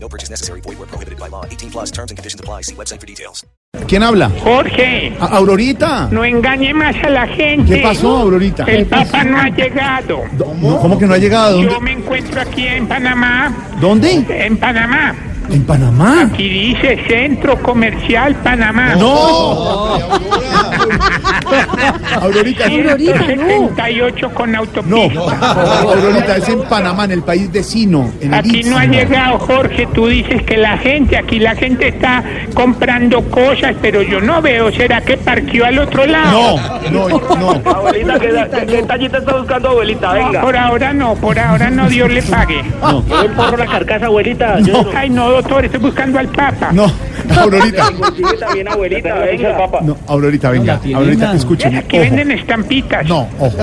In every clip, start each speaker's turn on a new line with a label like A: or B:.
A: No purchase necessary. Void where prohibited by law. 18 plus terms and conditions apply. See website for details.
B: ¿Quién habla?
C: Jorge,
B: A- Aurorita.
C: no engañe más a la gente.
B: ¿Qué pasó, Aurorita?
C: El Papa no ha llegado.
B: No, ¿Cómo que no ha llegado?
C: Yo
B: ¿Dónde?
C: me encuentro aquí en Panamá.
B: ¿Dónde?
C: En Panamá.
B: ¿En Panamá?
C: Y dice Centro Comercial Panamá.
B: ¡No! Aurorita,
C: 178 con
B: no.
C: autopista.
B: Aurorita, es en Panamá, en el país vecino. En el
C: Aquí no ha
B: Istmo.
C: llegado, Jorge. Tú dices que la gente, aquí la gente está comprando cosas, pero yo no veo. ¿Será que parqueó al otro lado?
B: No, no, no.
D: Abuelita, ¿qué, qué, qué tallita está buscando, abuelita? Venga.
C: Por ahora no, por ahora no, Dios le pague.
D: Yo le porro la carcasa, abuelita. Yo no.
C: Ay, no, doctor, estoy buscando al Papa.
B: No, Aurorita.
D: Consigue también, abuelita. Venga, papá.
B: No, Aurorita, venga. Aurorita, escúcheme.
C: Aquí
B: Ojo.
C: venden estampitas.
B: No, ojo,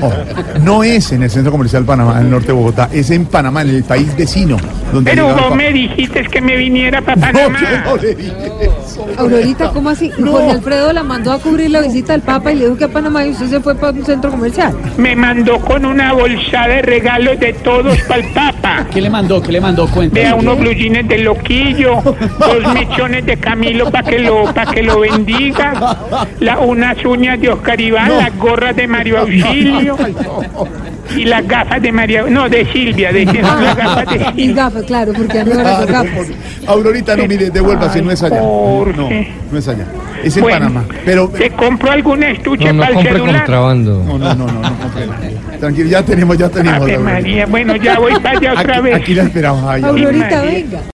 B: ojo. No es en el centro comercial Panamá, en el norte de Bogotá. Es en Panamá, en el país vecino. Donde
C: Pero
B: llegaba el
C: vos
B: Papa.
C: me dijiste que me viniera
B: No,
C: para Panamá.
B: que no le dije eso.
E: Aurorita, ¿cómo así? Jorge Alfredo la mandó a cubrir la visita del Papa y le dijo que a Panamá y usted se fue para un centro comercial.
C: Me mandó con una bolsa de regalos de todos para el Papa.
F: ¿Qué le mandó? ¿Qué le mandó? Cuenta.
C: Vea unos blue jeans de loquillo, dos mechones de Camilo para que lo para que lo bendiga, la- unas uñas de Oscar Iván, las gorras de Mario Auxilio y las gafas de María, no de Silvia, de las gafas de
E: Ah, Y
C: Silvia.
E: gafas, claro, porque no eran
B: Claro,
E: las gafas.
B: Aurorita, no, mire, devuélvase, no es allá.
C: Jorge.
B: No, no es allá. Es en
C: Bueno,
B: Panamá. Pero.
C: Te compro algún estuche
G: No, no
C: para el
G: compre
C: celular.
G: contrabando.
B: No, no, no, no, no compré nada. Tranquilo, ya tenemos, ya tenemos.
C: Ave
B: Aurorita.
C: María, bueno, ya voy para allá otra
B: Aquí,
C: vez.
B: aquí la esperamos. Ay, Aurorita.
E: Aurorita,
C: María.
E: venga.